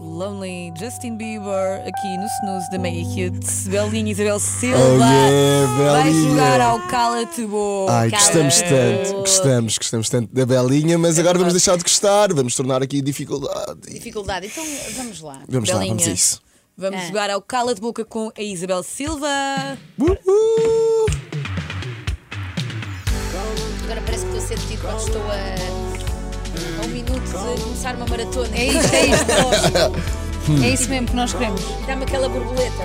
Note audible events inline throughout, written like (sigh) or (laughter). Lonely, Justin Bieber, aqui no Snooze da Mega Cute. Belinha Isabel Silva Oh, yeah, vai Belinha. jogar ao Cala-te Boca. Ai, gostamos Cala-te tanto, Boca. gostamos, gostamos tanto da Belinha, mas agora vamos deixar de gostar, vamos tornar aqui dificuldade. Dificuldade. Então vamos lá. Vamos lá, vamos a Belinha. isso. Vamos Ah. jogar ao Cala-te Boca com a Isabel Silva. Uhul. Agora parece que estou a ser detido quando estou a. a um minuto de começar uma maratona. É isto, é isto. (laughs) É isso mesmo que nós queremos. Dá-me aquela borboleta.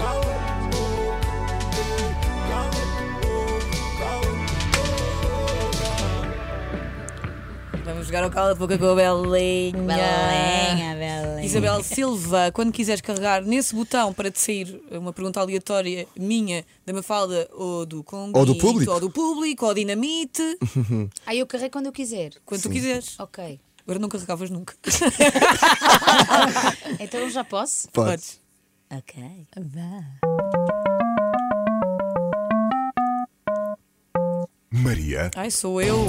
Vamos jogar ao Cala-te Boca com a Belinha. belinha. Isabel Silva, quando quiseres carregar nesse botão para te sair uma pergunta aleatória minha, da Mafalda ou do Congo, Ou do público. ou do público, ou dinamite, (laughs) Aí Ah, eu carrego quando eu quiser. quando tu quiseres. Ok. Agora não carregavas nunca. Então já (laughs) posso? Pode. Ok. Maria, Ai, sou eu.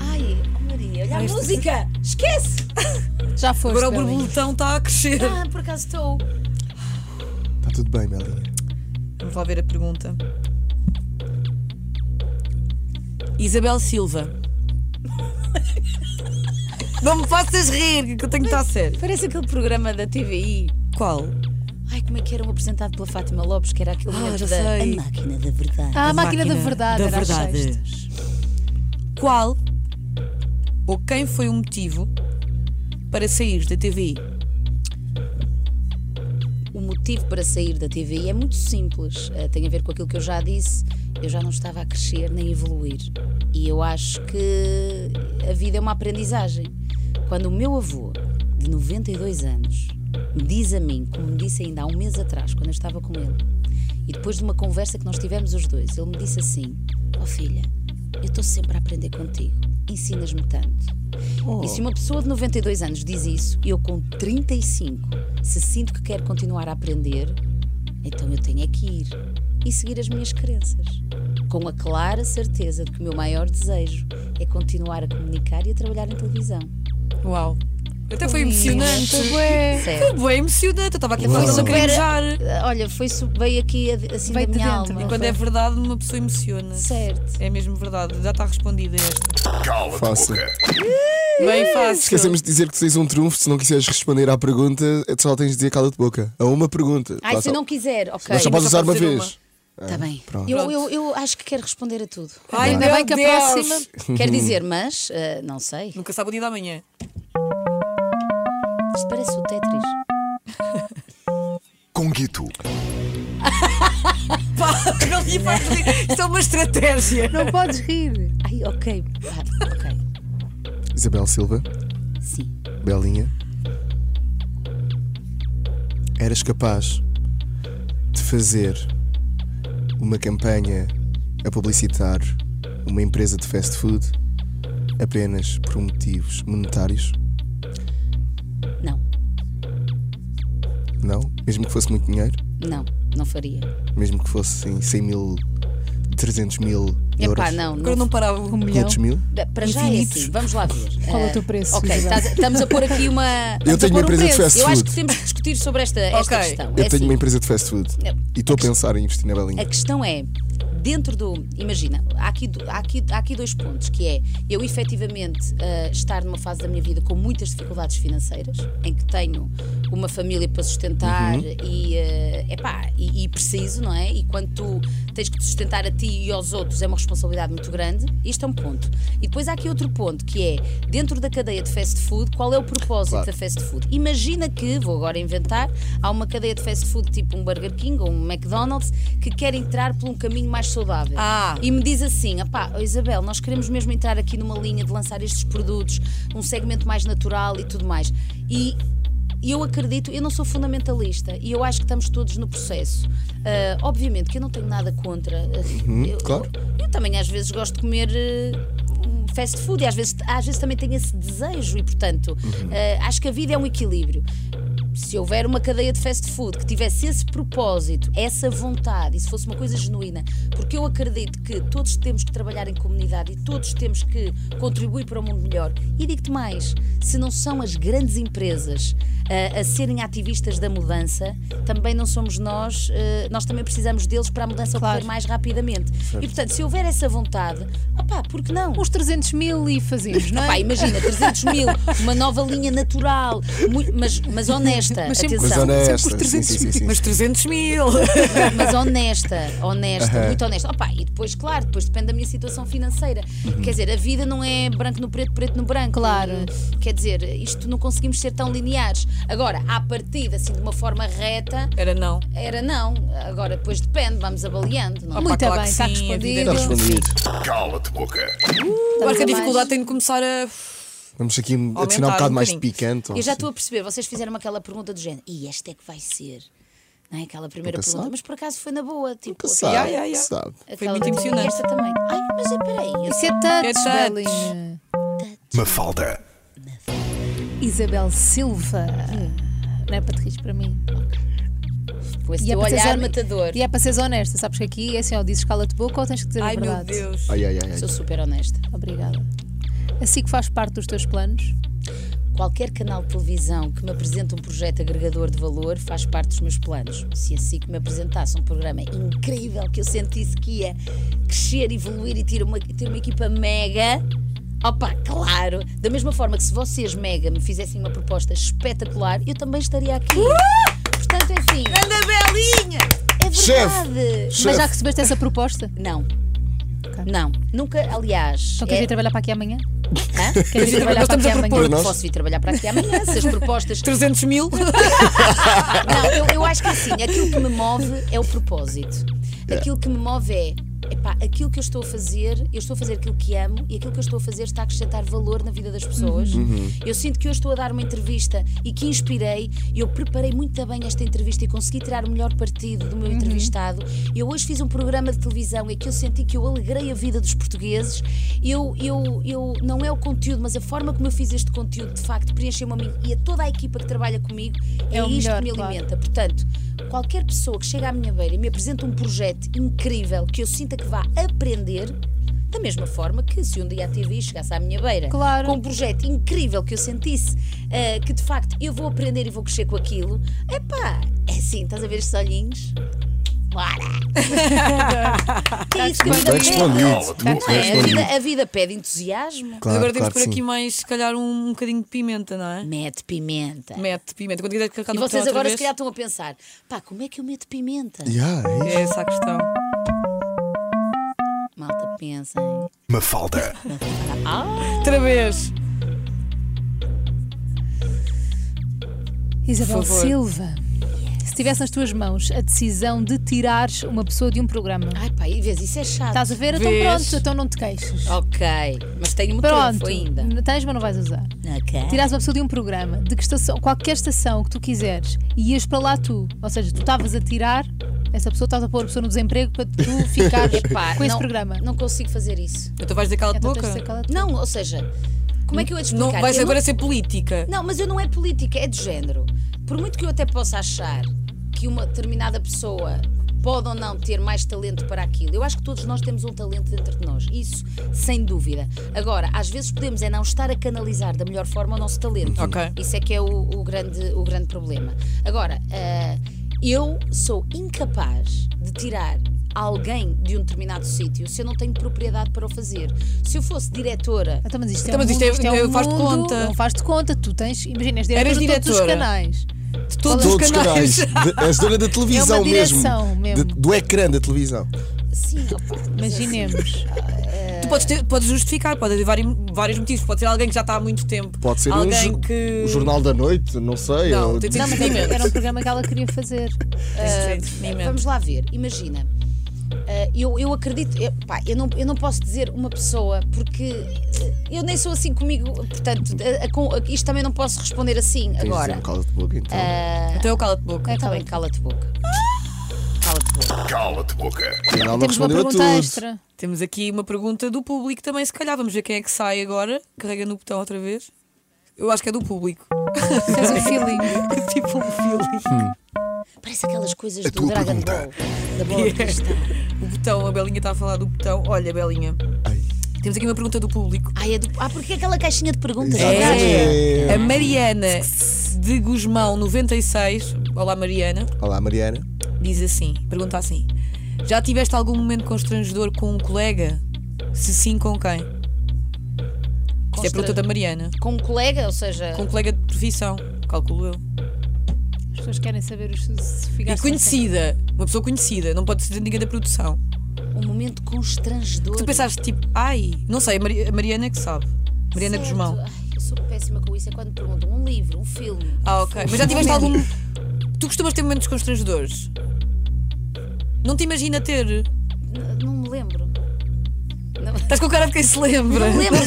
Ai, oh Maria, olha a música! Esquece! Já foste. Agora o Belinha. borboletão está a crescer. Ah, por acaso estou. Está tudo bem, Belinha. Vamos lá ver a pergunta. Isabel Silva. Não me faças rir, que eu tenho que estar sério. Parece aquele programa da TVI. Qual? Ai, como é que era um apresentado pela Fátima Lopes, que era aquele Ah, momento já da sei. A máquina da verdade. Ah, a máquina, da verdade. da era às verdade. sextas. Qual ou quem foi o motivo para sair da TVI? O motivo para sair da TVI é muito simples. Eh, tem a ver com aquilo que eu já disse. Eu já não estava a crescer nem a evoluir. E eu acho que a vida é uma aprendizagem. Quando o meu avô, de 92 anos, me diz a mim, como me disse ainda há um mês atrás, quando eu estava com ele, e depois de uma conversa que nós tivemos os dois, ele me disse assim: Ó filha, eu estou sempre a aprender contigo. Ensinas-me tanto. E se uma pessoa de 92 anos diz isso, eu com 35, se sinto que quero continuar a aprender, então eu tenho é que ir e seguir as minhas crenças. Com a clara certeza de que o meu maior desejo é continuar a comunicar e a trabalhar em televisão. Uau. Até foi Ui, emocionante. muito bué. Foi bem emocionante. Eu estava aqui a falar sobre gaguejar. Ah, Olha, foi su- veio aqui a- assim Veio da de minha dentro, alma. não Quando é verdade, uma pessoa emociona. Certo. É mesmo verdade. Já está respondida esta. cala-te Fácil. boca. Bem fácil. Esquecemos de dizer que tu tens um trunfo, se não quiseres responder à pergunta, é só tens de dizer cala-te boca. A uma pergunta. Ai, Lá se só- eu não quiser, ok. Mas só podes usar só uma podes dizer vez. Está bem. Pronto. Eu, eu, eu acho que quero responder a tudo. Ai, Ainda meu bem que a Deus. (laughs) próxima. Quero dizer, mas ah, não sei. Nunca sabe o dia da manhã. Isto parece o Tetris. Conguito, (laughs) Pá, não lhe faz rir. Isto é uma estratégia. Não podes rir. (laughs) Ai, ok. Ah, ok. Isabel Silva, Sim. Belinha. Eras capaz de fazer uma campanha a publicitar uma empresa de fast food apenas por motivos monetários? Não, Não? Mesmo que fosse muito dinheiro? não, não faria. Mesmo que fosse em 100 mil, 300 mil euros? Epá, não, Agora não. não parava um milhão. 500 mil? Da- Para já é Infinitos. assim, vamos lá ver. Qual é o Ah, teu preço, Ok, Isabel? estás- estamos a pôr aqui uma. estamos a tenho uma pôr um empresa de preço. fast Eu acho food. que temos que discutir sobre esta, esta Ok. questão. Eu É tenho assim, uma empresa de fast food Não. e estou a pensar em investir na Belinha. A questão é, dentro do. Imagina, há aqui, do- há aqui, há aqui dois pontos, que é eu efetivamente ah, estar numa fase da minha vida com muitas dificuldades financeiras, em que tenho uma família para sustentar e, ah, epá, e, e preciso, não é? E quando tu tens que te sustentar a ti e aos outros é uma responsabilidade muito grande, isto é um ponto. E depois há aqui outro ponto, que é dentro da cadeia de fast food, qual é o propósito Claro. da fast food? Imagina que, vou agora inventar, há uma cadeia de fast food tipo um Burger King ou um McDonald's que quer entrar por um caminho mais saudável. Ah. E me diz assim: "Apá, ó Isabel, nós queremos mesmo entrar aqui numa linha de lançar estes produtos, um segmento mais natural e tudo mais. E e eu acredito, eu não sou fundamentalista e eu acho que estamos todos no processo. Ah, obviamente que eu não tenho nada contra. ah, eu, claro. eu, eu também às vezes gosto de comer. ah, um Fast eh, food, e às vezes, às vezes também tenho esse desejo, e portanto, ah, acho que a vida é um equilíbrio. se houver uma cadeia de fast food que tivesse esse propósito, essa vontade, e se fosse uma coisa genuína, porque eu acredito que todos temos que trabalhar em comunidade e todos temos que contribuir para um mundo melhor. E digo-te mais: se não são as grandes empresas ah, a serem ativistas da mudança, também não somos nós, ah, nós também precisamos deles para a mudança Claro. ocorrer mais rapidamente. E portanto, se houver essa vontade, opá, por que não? Uns 300 mil e fazemos, não é? Pá, imagina, 300 mil, uma nova linha natural, muito- mas, mas honesta, Mas sempre- atenção. Mas São- olha são esta. por 300 sim, Tá sim, sim, sim. Mas 300 mil! Mas honesta, honesta, Aham. muito honesta. Opa, e depois, claro, depois depende da minha situação financeira. Quer dizer, a vida não é branco no preto, preto no branco. Claro. Eh, Quer dizer, isto não conseguimos ser tão lineares. Agora, à partida, assim, de uma forma reta, Era não. era não. Agora, depois depende, vamos avaliando, não é? Muito claro bem, que está sim, a vida é respondido. Está respondido. Cala-te boca. Claro que a a mais. dificuldade tem de começar a. Vamos aqui adicionar um um bocado mais de bocadinho. picante. ou Eu já assim. estou a perceber, vocês fizeram aquela pergunta do género, e esta é que vai ser. Não é aquela primeira Nunca pergunta, sabe. mas por acaso foi na boa. Tipo, Nunca ok, sabe. Ya, ya, ya. sabe. aquela muito do- emocionante. E esta também. Ai, mas é, peraí. eu- Isso é touch, É touch. Belinha. Mafalda. Isabel Silva. Não é para te rir para mim. Com esse é teu para seres olhar hone- matador. E é para seres honesta, sabes que aqui é assim, ou dizes cala-te boca ou tens que dizer Ai a meu é verdade. Deus! Ai, ai, ai. ai. Sou super honesta. Obrigada. Assim que faz parte dos teus planos, Qualquer canal de televisão que me apresente um projeto agregador de valor faz parte dos meus planos. Se assim que me apresentasse um programa incrível que eu sentisse que ia crescer, evoluir e ter uma, ter uma equipa mega. Opa, claro! Da mesma forma que se vocês, mega, me fizessem uma proposta espetacular, eu também estaria aqui. Portanto, é assim. Anda Belinha! É Chefe! verdade! Chefe! mas já recebeste essa proposta? Não. Não. Nunca, aliás. Então queres é- vir trabalhar para aqui amanhã? (laughs) Hã? Queres vir trabalhar Nós para estamos aqui a amanhã? propor. Para nós? Posso vir trabalhar para aqui amanhã, se as (laughs) propostas 300 mil? Não, eu, eu acho que assim, aquilo que me move é o propósito. Aquilo que me move é. Epá, aquilo que eu estou a fazer, eu estou a fazer aquilo que amo e aquilo que eu estou a fazer está a acrescentar valor na vida das pessoas. Eu sinto que eu estou a dar uma entrevista e que inspirei, eu preparei muito bem esta entrevista e consegui tirar o melhor partido do meu entrevistado. Eu hoje fiz um programa de televisão em que eu senti que eu alegrei a vida dos portugueses. Eu, eu, eu não é o conteúdo, mas a forma como eu fiz este conteúdo de facto preencheu-me a mim e a toda a equipa que trabalha comigo. É, É o isto melhor, que me claro. alimenta ferramenta. Portanto, qualquer pessoa que chega à minha beira e me apresenta um projeto incrível que eu sinta que vá aprender, da mesma forma que se um dia a TV chegasse à minha beira Claro. com um projeto incrível que eu sentisse eh, que de facto eu vou aprender e vou crescer com aquilo, epá, é assim, estás a ver estes olhinhos? (laughs) Bora! Que é isso que a vida Bem pede? respondido. Muito Não bem é? A vida, respondido. a vida pede entusiasmo. Mas Claro, agora temos claro que que pôr aqui sim. mais, se calhar, um, um bocadinho de pimenta, não é? Mete pimenta. Mete pimenta. Quando quiseres carregar E no botão vocês outra agora se vez, calhar estão a pensar, pá, como é que eu meto pimenta? Yeah, é É essa a questão. Malta, pensem. Mafalda. Outra vez! Isabel Por favor. Silva. Se tivesse nas tuas mãos a decisão de tirares uma pessoa de um programa, Ai pá, e vês, isso é chato. estás a ver? Então Vês. pronto, então não te queixes. Ok, mas tenho muito Pronto, trunfo ainda. tens, mas não vais usar. Ok. Tirares uma pessoa de um programa, de que estação, qualquer estação que tu quiseres, e ias para lá tu. Ou seja, tu estavas a tirar essa pessoa, estavas a pôr a pessoa no desemprego para tu (laughs) ficares Epá, com esse não, programa. Não consigo fazer isso. Então vais dizer cala-te Então boca? tens de ser aquela- Não, ou seja, como é que eu ia te Não, explicar? vais Eu agora ser política. não, não, mas eu não é política, é de género. Por muito que eu até possa achar que uma determinada pessoa pode ou não ter mais talento para aquilo, eu acho que todos nós temos um talento dentro de nós. Isso, sem dúvida. Agora, às vezes podemos é não estar a canalizar da melhor forma o nosso talento. Ok. Isso é que é o, o grande, o grande problema. Agora, ah, eu sou incapaz de tirar alguém de um determinado sítio se eu não tenho propriedade para o fazer. Se eu fosse diretora. Então, mas isto é Então, um mas isto mundo, é- isto é um faz de mundo, conta. Não faz de conta, tu tens, imagina, és diretora Eras de todos os diretora. canais. De todos, Todos os canais. De- És dona da televisão direção mesmo. De- do ecrã da televisão. Sim, opa, mas assim, Imaginemos. Tu podes, ter- podes justificar, pode haver vari- vários motivos. Pode ser alguém que já está há muito tempo. Pode ser um, alguém jo- que. o Jornal da Noite, não sei. Não, ou- tem de ser Não, mas Definimento. era um programa que ela queria fazer. Tem de ser definimento. Ah, Vamos lá ver, imagina. ah, eu, eu acredito, eu, pá, eu, não, eu não posso dizer uma pessoa porque eh, eu nem sou assim comigo, portanto, a- a- com- a- isto também não posso responder assim Tens de agora. dizer um cala de boca, então. Então eu cala-te boca. Está bem, cala-te boca. Cala-te boca. Cala-te boca. Afinal, não É, Temos uma respondeu a pergunta tudo. extra. Temos aqui uma pergunta do público (laughs) também, se calhar. Vamos ver quem é que sai agora. Carrega no botão outra vez. Eu acho que é do público. Tens um feeling. tipo um Hum. feeling. Parece aquelas coisas É A do tua Dragon pergunta. Ball. Da bola de cristal. O botão, a Belinha está a falar do botão. Olha, Belinha, Ai. temos aqui uma pergunta do público. Ai, é do... Ah, porque é aquela caixinha de perguntas? Exato. ok. É. A Mariana de Guzmão 96, olá Mariana, Olá, Mariana. diz assim, pergunta assim: Já tiveste algum momento constrangedor com um colega? Se sim, com quem? Isto é a pergunta da Mariana. Com um colega, ou seja, Com um colega de profissão, calculo eu. As pessoas querem saber os se E ficaste conhecida, uma pessoa conhecida, não pode ser ninguém da produção. um momento constrangedor. Tu pensaste tipo, ai, não sei, a Mari- a Mariana é que sabe. Mariana Certo. Guzmão. Ai, eu sou péssima com isso. É quando perguntam um livro, um filme. Ah, ok. Mas já tiveste algum. (laughs) Tu costumas ter momentos constrangedores? Não te imagina ter. N- Não me lembro. Não, Estás com cara de quem se lembra. (laughs) não me lembro,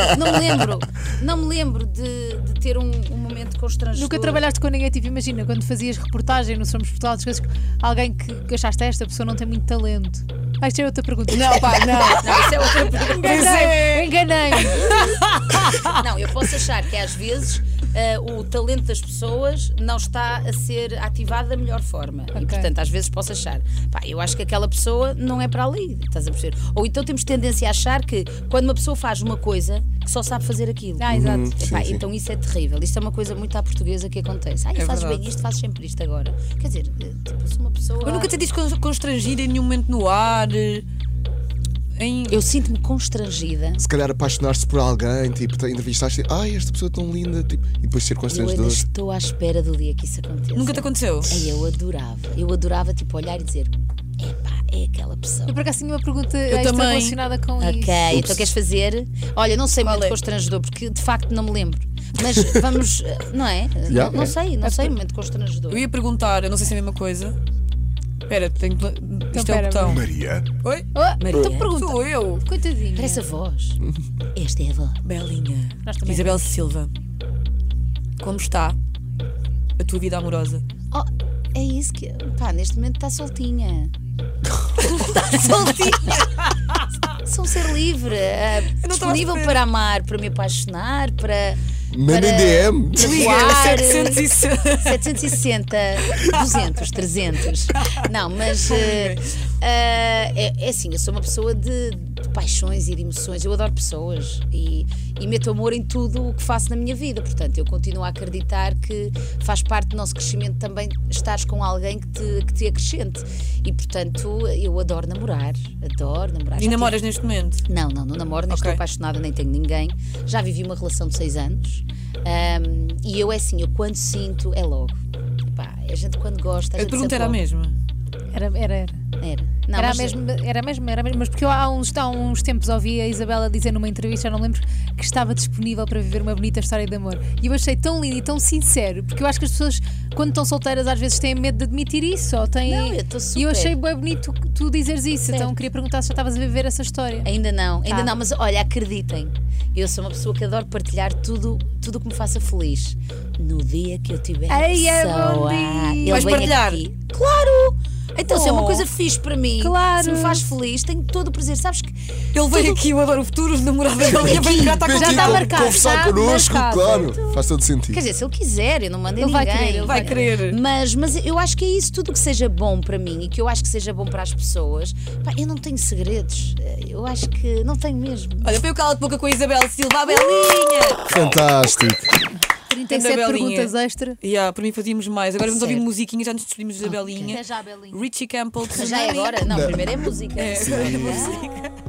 não. Não me lembro. Não me lembro de, de ter um, um momento constrangedor. Nunca trabalhaste com ninguém, tipo, imagina, quando fazias reportagem no Somos Portugal, das coisas, alguém que, que achaste esta pessoa não tem muito talento. Ah, isto é outra pergunta. Não, pá, não. Não, isso é outra pergunta. (laughs) Enganei, enganei. Não, eu posso achar que às vezes ah, o talento das pessoas não está a ser ativado da melhor forma. E Ok. portanto, às vezes posso achar, pá, eu acho que aquela pessoa não é para ali, estás a perceber? Ou então temos tendência a achar que quando uma pessoa faz uma coisa, que só sabe fazer aquilo. Ah, exato. Uhum, Epá, sim, sim. Então isso é terrível. Isto é uma coisa muito à portuguesa que acontece. Ah, É fazes verdade. bem isto, fazes sempre isto agora. Quer dizer, eh, tipo, se uma pessoa. Eu nunca te disse con- constrangida em nenhum momento no ar. eh, Em... Eu sinto-me constrangida. Se calhar apaixonaste-te por alguém, tipo, te entrevistaste e ai, esta pessoa é tão linda, tipo, e depois ser Eu ainda constrangedor. estou à espera do dia que isso aconteça. Nunca te aconteceu? Ai, eu adorava. Eu adorava tipo olhar e dizer: epá, é aquela pessoa. Eu por acaso tinha uma pergunta extra também. relacionada com Ok, isso. então queres fazer? Olha, não sei é Qual muito é? constrangedor, porque de facto não me lembro. Mas (laughs) vamos, eh, não é? Yeah, não, não é. sei, não sei, momento constrangedor. Eu ia perguntar, eu não sei se é a mesma coisa. Espera, tenho que. Isto é o pera, botão. Maria. Oi? Oh, Maria. então pergunta. Sou eu. Coitadinha. Parece a voz. Esta é a voz. Belinha. Nós também Isabel Silva. Como está a tua vida amorosa? Oh, é isso que. Pá, neste momento está soltinha. Está soltinha! Sou um ser livre, ah, Eu não estava à disponível espera. para amar, para me apaixonar, para. Mandem para- DM. Liga, Claro. 760. 760, 200, 300. Não, mas eh, eh, é, é assim, eu sou uma pessoa de, de paixões e de emoções. Eu adoro pessoas e, e meto amor em tudo o que faço na minha vida. Portanto, eu continuo a acreditar que faz parte do nosso crescimento também estares com alguém que te, que te acrescente. E, portanto, eu adoro namorar. Adoro E namorar. Já tive- namoras neste momento? não, não, não namoro, nem Ok. estou apaixonada, nem tenho ninguém. Já vivi uma relação de seis anos Ahm, e eu é assim, eu quando sinto é logo. Pá, a gente quando gosta. A, A gente pergunta sente era a logo. mesma. Era, era, era. Era. Não, era, a mas- mesma, era a mesma, era a mesma. Mas porque eu há uns, há uns tempos ouvi a Isabela dizer numa entrevista, já não lembro, que estava disponível para viver uma bonita história de amor. E eu achei tão lindo e tão sincero, porque eu acho que as pessoas, quando estão solteiras, às vezes têm medo de admitir isso. Ou têm... Não, eu tô E eu super. achei bem bonito que tu dizeres isso. Então queria perguntar se já estavas a viver essa história. Ainda não, ainda Ah. não, mas olha, acreditem, eu sou uma pessoa que adoro partilhar tudo tudo o que me faça feliz. No dia que eu tiver a Ai, é bom pessoa, dia. ele Vais vem partilhar? aqui. Claro! Então, se é uma Oh. coisa fixe para mim, Claro. se me faz feliz, tenho todo o prazer. Sabes que Ele veio aqui, eu adoro o futuro, o namorado dele Ele vem aqui. cá, está Vem contigo. aqui tá con- marcado, Conversar tá connosco, marcado. claro. Faz todo sentido. Quer dizer, se ele quiser, eu não mandei Ele vai ninguém. querer, ele vai querer. Mas, mas eu acho que é isso, tudo o que seja bom para mim e que eu acho que seja bom para as pessoas. Pá, eu não tenho segredos. Eu acho que não tenho mesmo. Olha, foi o cala de boca com a Isabel Silva, a Belinha! Fantástico. 37 Anda, Belinha. perguntas extra. Yeah, para mim fazíamos mais. Agora vamos ouvir Certo. musiquinha, já nos despedimos da Belinha. já, Belinha. Richie Campbell, Já é agora? Não, primeiro é música. É, agora é música.